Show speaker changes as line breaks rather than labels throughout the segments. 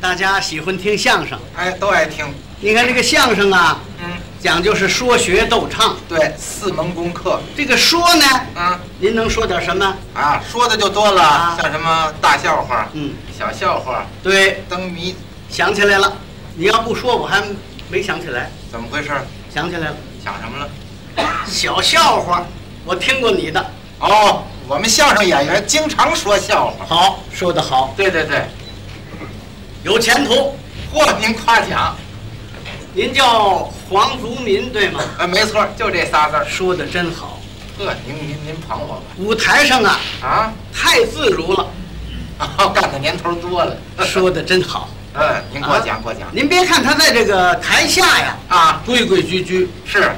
大家喜欢听相声。
哎，都爱听。
你看这个相声啊，
嗯，
讲究是说学逗唱。
对，四门功课。
这个说呢，
嗯
您能说点什么？
啊，说的就多了，
啊
像什么大笑话、
嗯，
小笑话、
对，
灯谜，
想起来了。你要不说，我还没想起来。
怎么回事？
想起来了，
想什么了？
小笑话，我听过你的。
哦，我们相声演员经常说笑话。
好，说得好，
对对对，
有前途。
嚯，您夸奖，
您叫黄族民对吗？
哎，没错，就这仨字儿。
说的真好，
呵，您您您捧我吧。
舞台上啊
啊，
太自如了，
哦干的年头多了。
说的真好。
嗯，您过
啊
奖过奖
您别看他在这个台下呀
啊，
规规矩矩，
是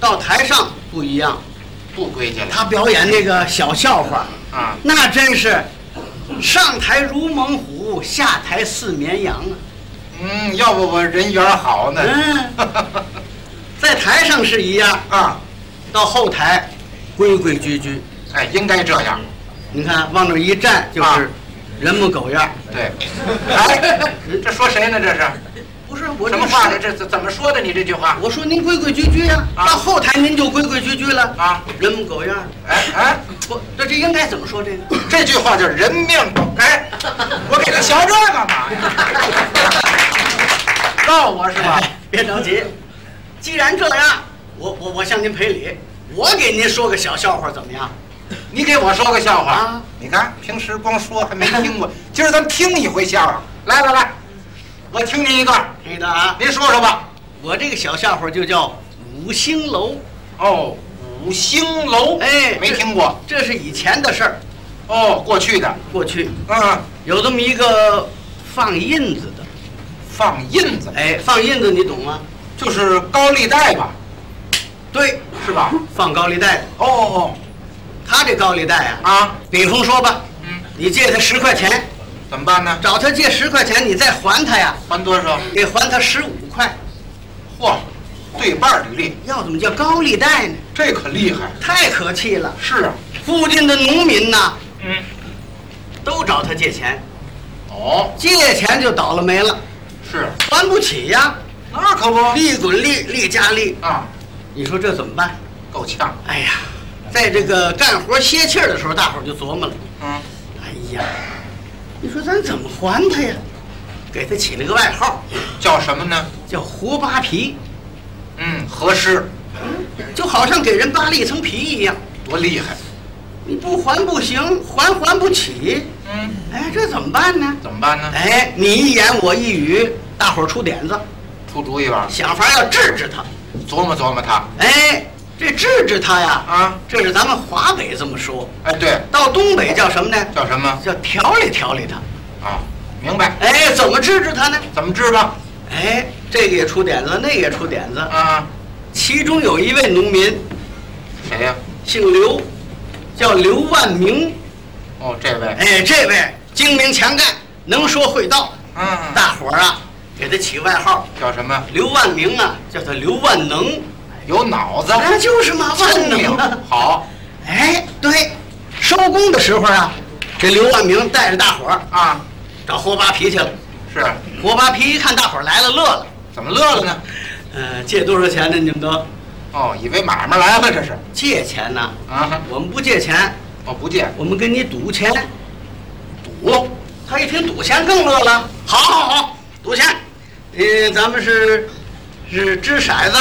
到台上不一样。
不规矩了
他表演那个小笑话，
啊。
那真是上台如猛虎，下台似绵羊啊。
嗯，要不我人缘好呢。
嗯在台上是一样，
啊，
到后台规规矩矩。
哎，应该这样。
你看往那一站就
啊
是人模狗样。
对，哎，这说谁呢？这是
不是我
什么话呢？？这怎怎么说的？你这句话？
我说您规规矩矩呀、
啊
到后台您就规规矩矩了
啊，
人模狗样。
哎哎，
我这这应该怎么说这个？
这句话就是人命狗该。我给他学这干嘛呀？告我是吧？
哎别着急，既然这样，我我我向您赔礼，我给您说个小笑话怎么样？
你给我说个笑话
啊。
你看，平时光说还没听过，今儿咱听一回笑话。啊来来来，我听您一段，
听的啊，
您说说吧。
我这个小笑话就叫五星楼，
哦，五星楼，
哎
没听过。
这是以前的事儿。
哦，过去的，
过去
嗯，
有这么一个放印子的，
放印子
哎，放印子你懂吗？
就是高利贷吧，
对，
是 吧？
放高利贷的。
哦哦
他这高利贷啊
哦，，啊，
比方说吧，
嗯，
你借他十块钱，
怎么办呢？
找他借十块钱，你再还他呀，
还多少？
得还他十五块。
嚯，对半儿履历，
要怎么叫高利贷呢？
这可厉害。
太可气了！
是啊，
附近的农民呐，
嗯，
都找他借钱，
哦，
借钱就倒了霉了，
是，啊
还不起呀，
那可不
利滚利，利加利。
啊，
你说这怎么办？
够呛。
哎呀，在这个干活歇气儿的时候，大伙儿就琢磨了，
嗯，
哎呀，你说咱怎么还他呀？给他起了个外号，
叫什么呢？
叫“活扒皮
嗯，合适，”，
就好像给人扒了一层皮一样，
多厉害。
你不还不行，还还不起，
嗯，
哎，这怎么办呢？
怎么办呢？
哎，你一言我一语，大伙儿出点子，
出主意吧，
想法要治治他。
琢磨琢磨他。
哎，这治治他呀，
啊
这是咱们华北这么说，
哎，对，
到东北叫什么呢？
叫什么？
叫调理调理他。
啊，明白。
哎，怎么治治他呢？
怎么治吧？
哎，这个也出点子，那个也出点子。
啊，
其中有一位农民
谁呀、
姓刘，叫刘万明。
哦，这位。
哎，这位精明强干，能说会道，
嗯，
大伙儿啊，给他起外号
叫什么？
刘万明啊，叫他刘万能。
有脑子，
啊，就是嘛，万
聪明
能啊。
好
哎，对，收工的时候啊，这刘万明带着大伙儿
啊，
找活扒皮去了。
是
活扒皮一看大伙儿来了，乐了。
怎么乐了呢？
呃，借多少钱呢？你们都
哦，以为买卖来了这是
借钱呐？
啊？
我们不借钱，
我不借
我们跟你赌钱。
赌，
他一听赌钱更乐了，好，好，好，赌钱。呃，咱们是是掷骰子，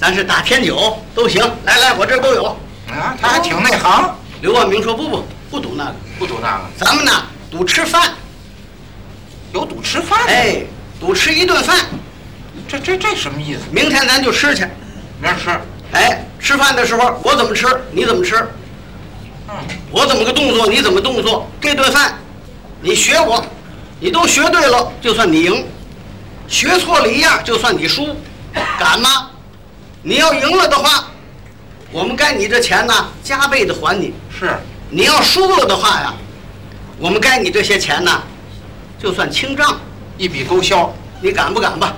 咱是打天九都行。来来，我这儿都有。
啊，他还挺内行，
刘万明说不不不赌那个，
不赌那个，
咱们呢赌吃饭。
有赌吃饭的，
哎，赌吃一顿饭，
这这这什么意思？
明天咱就吃去。
明儿吃，
哎，吃饭的时候我怎么吃，你怎么吃，
嗯，
我怎么个动作，你怎么动作。这顿饭，你学我，你都学对了，就算你赢；学错了一样，就算你输。敢吗？你要赢了的话，我们该你这钱呢加倍的还你；
是
你要输了的话呀，我们该你这些钱呢，就算清账。
一笔勾销，
你敢不敢吧？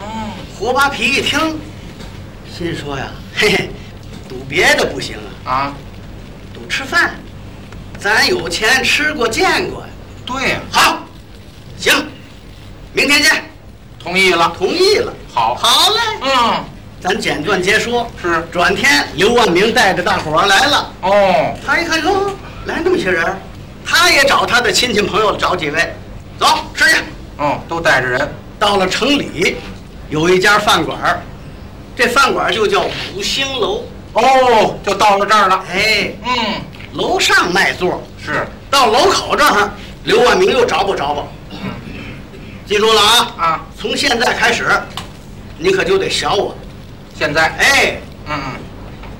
哦，
胡扒皮一听，心说呀，嘿嘿，赌别的不行啊，
啊，
赌吃饭，咱有钱吃过见过呀。
对呀，
好，行，明天见。
同意了。
同意了，
好
好嘞，
嗯，
咱简短截说。
是
转天刘万明带着大伙儿来了，
哦，
他一看，哟，来那么些人儿，他也找他的亲戚朋友找几位，走吃去。
嗯，都带着人。
到了城里，有一家饭馆儿，这饭馆儿就叫五星楼。
哦，就到了这儿了。
哎，
嗯，
楼上卖座，
是，
到楼口这儿，刘万明又找补找补。记住了啊，
嗯啊，
从现在开始，你可就得学我，
现在，
哎，
嗯嗯，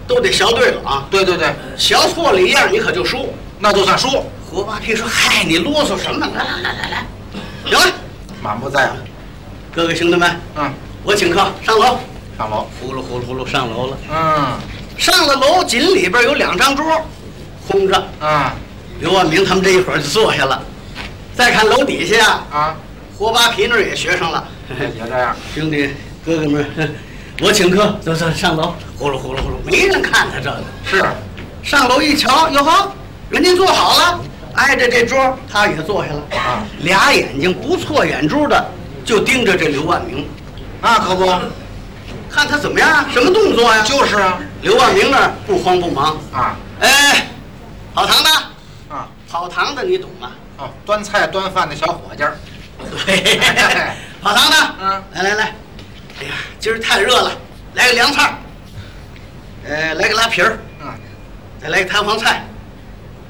都得学对了啊。
对对对，
学错了一样，你可就输。
那就算输，
胡八皮说：“嗨，你啰嗦什么？来来来来来，行了，
满不在乎。
各位兄弟们，
嗯，
我请客上楼。
上楼。
呼噜呼噜呼噜上楼了。
嗯
上了楼，井里边有两张桌，空着。
嗯
刘万明他们这一伙儿就坐下了。再看楼底下啊，
啊，
胡八皮那儿也学上了。
也这样。
兄弟哥哥们儿，我请客，走走上楼。呼噜呼噜呼噜，没人看他这个。
是，
上楼一瞧，哟呵，人家坐好了，挨着这桌，他也坐下了，
啊
俩眼睛不错眼珠的就盯着这刘万明，
那可不，
看他怎么样啊，什么动作呀、
就是啊，
刘万明那儿不慌不忙，
啊
哎，跑堂的，
啊
跑堂的你懂 吗？
啊，端菜端饭的小伙计儿。
对，跑堂的，
嗯
来来来，哎呀，今儿太热了，来个凉菜儿，呃，来个拉皮儿，
嗯，
再来个弹簧菜，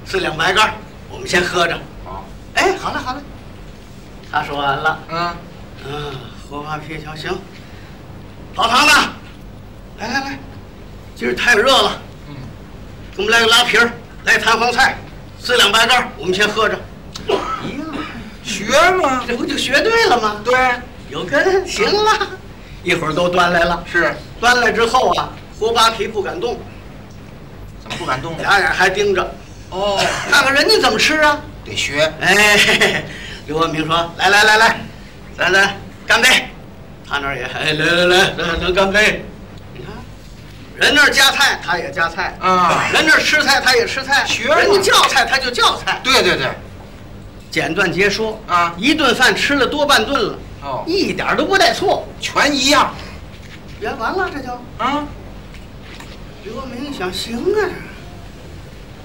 四两白干儿，我们先喝着。
好，
哎，好嘞好嘞。他说完了，
嗯，
嗯，活扒皮条行。跑堂的，来来来，今儿太热了，
嗯，
给我们来个拉皮儿，来个弹簧菜，四两白干儿，我们先喝着。
一样，学嘛，
这不就学对了吗？
对，
有根，行了。一会儿都端来了，
是，
端来之后啊，胡扒皮不敢动，
怎么不敢动？
俩眼还盯着，
哦，
看看人家怎么吃啊。
得学，
哎， 嘿嘿刘文明说：“来来来来，咱咱干杯。”他那儿也哎，来来来，咱咱干杯。你看，人那儿夹菜，他也夹菜；
啊
人这儿吃菜，他也吃菜；
学嘛
人家叫菜，他就叫菜。
对对对，
简短截说
啊
一顿饭吃了多半顿了，
哦，
一点都不带错。
全一样
圆完了，这就
啊，
刘文明一想，行啊，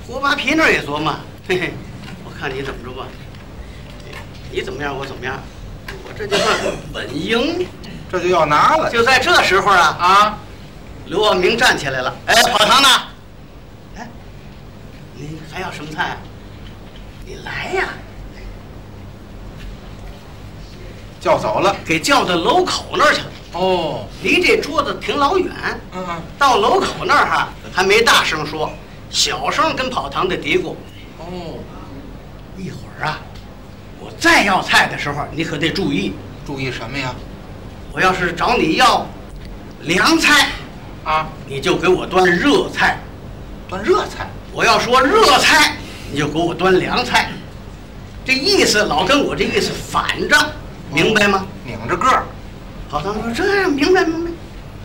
胡扒皮那儿也琢磨，嘿嘿，我看你怎么着吧，你怎么样，我怎么样，我这就算稳赢。
这就要拿了
就在这时候啊，
啊，
刘望明站起来了，哎，跑堂的，哎，你还要什么菜、啊？你来呀、
叫走了。
给叫到楼口那儿去了，
哦，
离这桌子挺老远。
嗯嗯，
到楼口那儿哈、还没大声说，小声跟跑堂的嘀咕。
哦，
一会儿啊，我再要菜的时候，你可得注意，
注意什么呀？
我要是找你要凉菜，
啊，
你就给我端热菜；
端热菜。
我要说热菜，你就给我端凉菜。这意思老跟我这意思反着，明白吗？
拧着个儿，
好，他说这样明白明白，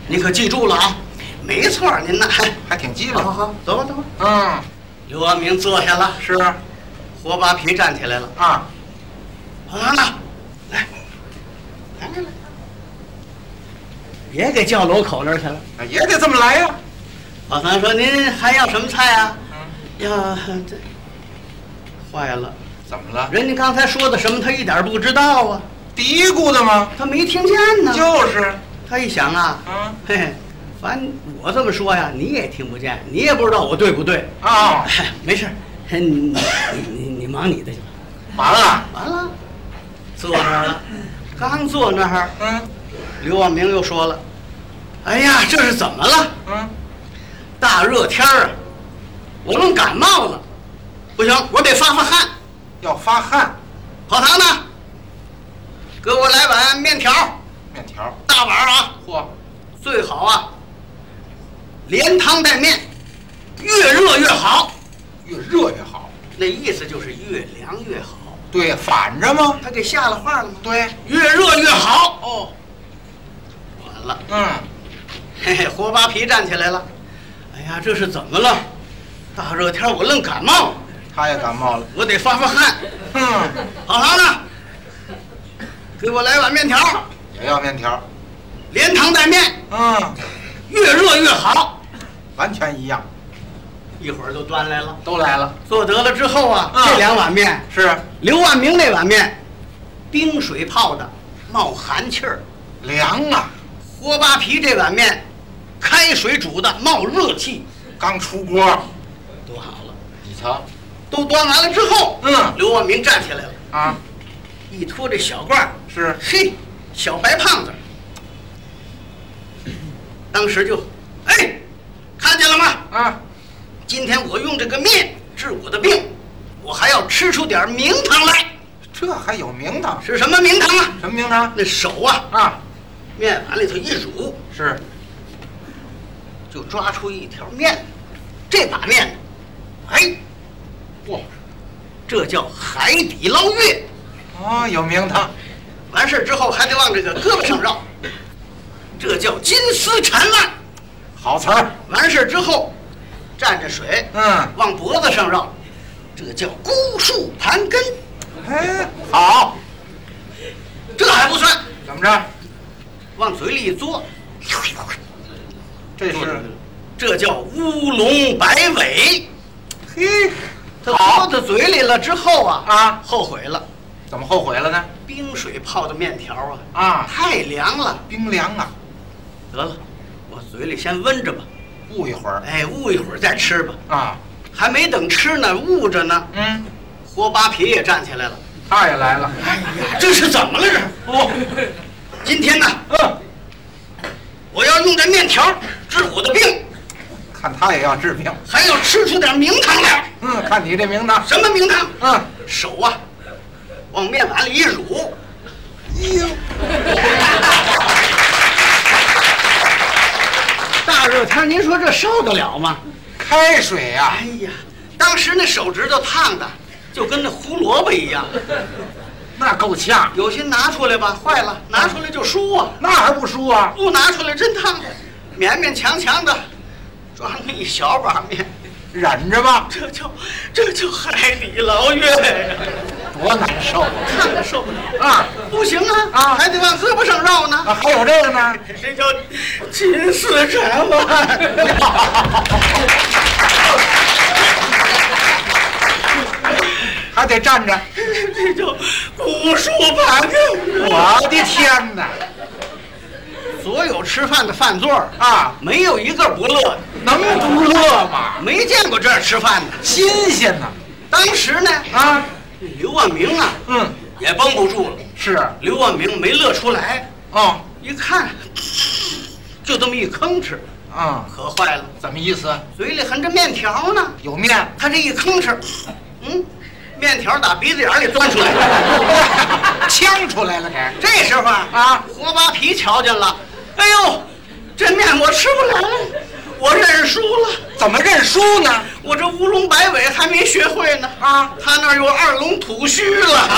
你可记住了啊！没错儿，您呐，
还挺机灵。
好好好，走吧走吧。
嗯，
刘安明坐下了，
是
活扒皮站起来了。
啊，
好了，来，来来来，也给叫楼口那儿去了。
也得这么来呀、
老三说：“您还要什么菜啊？
嗯，
要这坏了，
怎么了？
人家刚才说的什么，他一点儿不知道啊，
嘀咕的吗？
他没听见呢。
就是，
他一想啊，
嗯
嘿嘿，反正我这么说呀，你也听不见，你也不知道我对不对
啊
哎没事儿，嘿你你你忙你的去吧。
完了。
完了，坐那儿了，刚坐那儿，
嗯
刘望明又说了：“哎呀，这是怎么了？
嗯，
大热天儿啊，我弄感冒了，不行，我得发发汗。
要发汗，
跑堂呢，给我来碗面条，
面条。
大碗儿啊，
嚯，
最好啊，连汤带面，越热越好。
越热越好。
那意思就是越凉越好。
对，反着吗？
他给下了话了吗？
对。
越热越好。
哦，
完了。”
嗯，
嘿嘿，胡扒皮站起来了。哎呀，这是怎么了？大热天我愣感冒，
他也感冒了。
我得发发汗。
嗯，
跑堂呢，给我来碗面条，
也要面条，
连汤带面，
嗯，
越热越好。
完全一样，
一会儿就端来了。
都来了。
做得了之后啊，
嗯
这两碗面，
是，
刘万明那碗面，冰水泡的，冒寒气儿；
凉啊，
锅巴皮这碗面，开水煮的，冒热气，
刚出锅。
多好了。
你瞧，
都端完了之后，
嗯
刘万明站起来了，
啊，
一脱这小褂儿，
是
嘿，小白胖子，当时就，哎，看见了吗？
啊，
今天我用这个面治我的病，我还要吃出点名堂来。
这还有名堂？
是什么名堂啊？
什么名堂？
那手啊，
啊，
面往里头一煮，
是
就抓出一条面。这把面，哎，哇，这叫海底捞月。
哦，有名堂，
完事儿之后还得往这个胳膊上绕，这叫金丝缠烂。
好词儿。
完事儿之后，蘸着水，
嗯，
往脖子上绕，这叫孤树盘根。
哎，好，
这还不算，
怎么着？
往嘴里一嘬，
这是，
这叫乌龙摆尾。
嘿，
他
好
嘬到嘴里了之后啊
啊
后悔了，
怎么后悔了呢？
冰水泡的面条啊
啊，
太凉了，
冰凉啊，
得了，我嘴里先温着吧，
捂一会儿。
哎，捂一会儿再吃吧。
啊，
还没等吃呢，捂着呢，
嗯，
锅巴皮也站起来了。
他也来了。
这是怎么了这？
哦，
今天呢，
嗯，
我要用这面条治我的病，
看他也要治病。
还要吃出点名堂来。
嗯，看你这名堂。
什么名堂？
嗯，
手啊，往面碗里一乳， 大热天，您说这受得了吗？
开水呀、
哎呀，当时那手指头烫的，就跟那胡萝卜一样。
那够呛，
有些拿出来吧，坏了；拿出来就输啊，
那还不输啊？
不拿出来真烫。勉勉强强的抓那么一小把面，
忍着吧，
这就这就海底捞月呀，
多难受啊！
看着受不了。
啊
不行啊，
啊
还得往胳膊上绕呢。
啊，还有这个呢。
这叫金丝缠万。
还得站着。
这叫古树盘根。
我的天哪！
所有吃饭的饭座儿
啊，
没有一个不乐的，
能不乐吗？
没见过这儿吃饭的。
新鲜呐！
当时呢，
啊，
刘万明啊
嗯，
也绷不住了，
是，
刘万明没乐出来，
哦，
一看就这么一吭哧，
嗯，
可坏了，
怎么意思？
嘴里含着面条呢，
有面？
他这一吭哧，嗯，面条打鼻子眼儿里钻出来了。
呛出来了给？
这时候啊
啊，
锅巴皮瞧见了，哎呦，这面我吃不来了，我认输了。
怎么认输呢？
我这乌龙摆尾还没学会呢
啊
他那儿有二龙吐须了。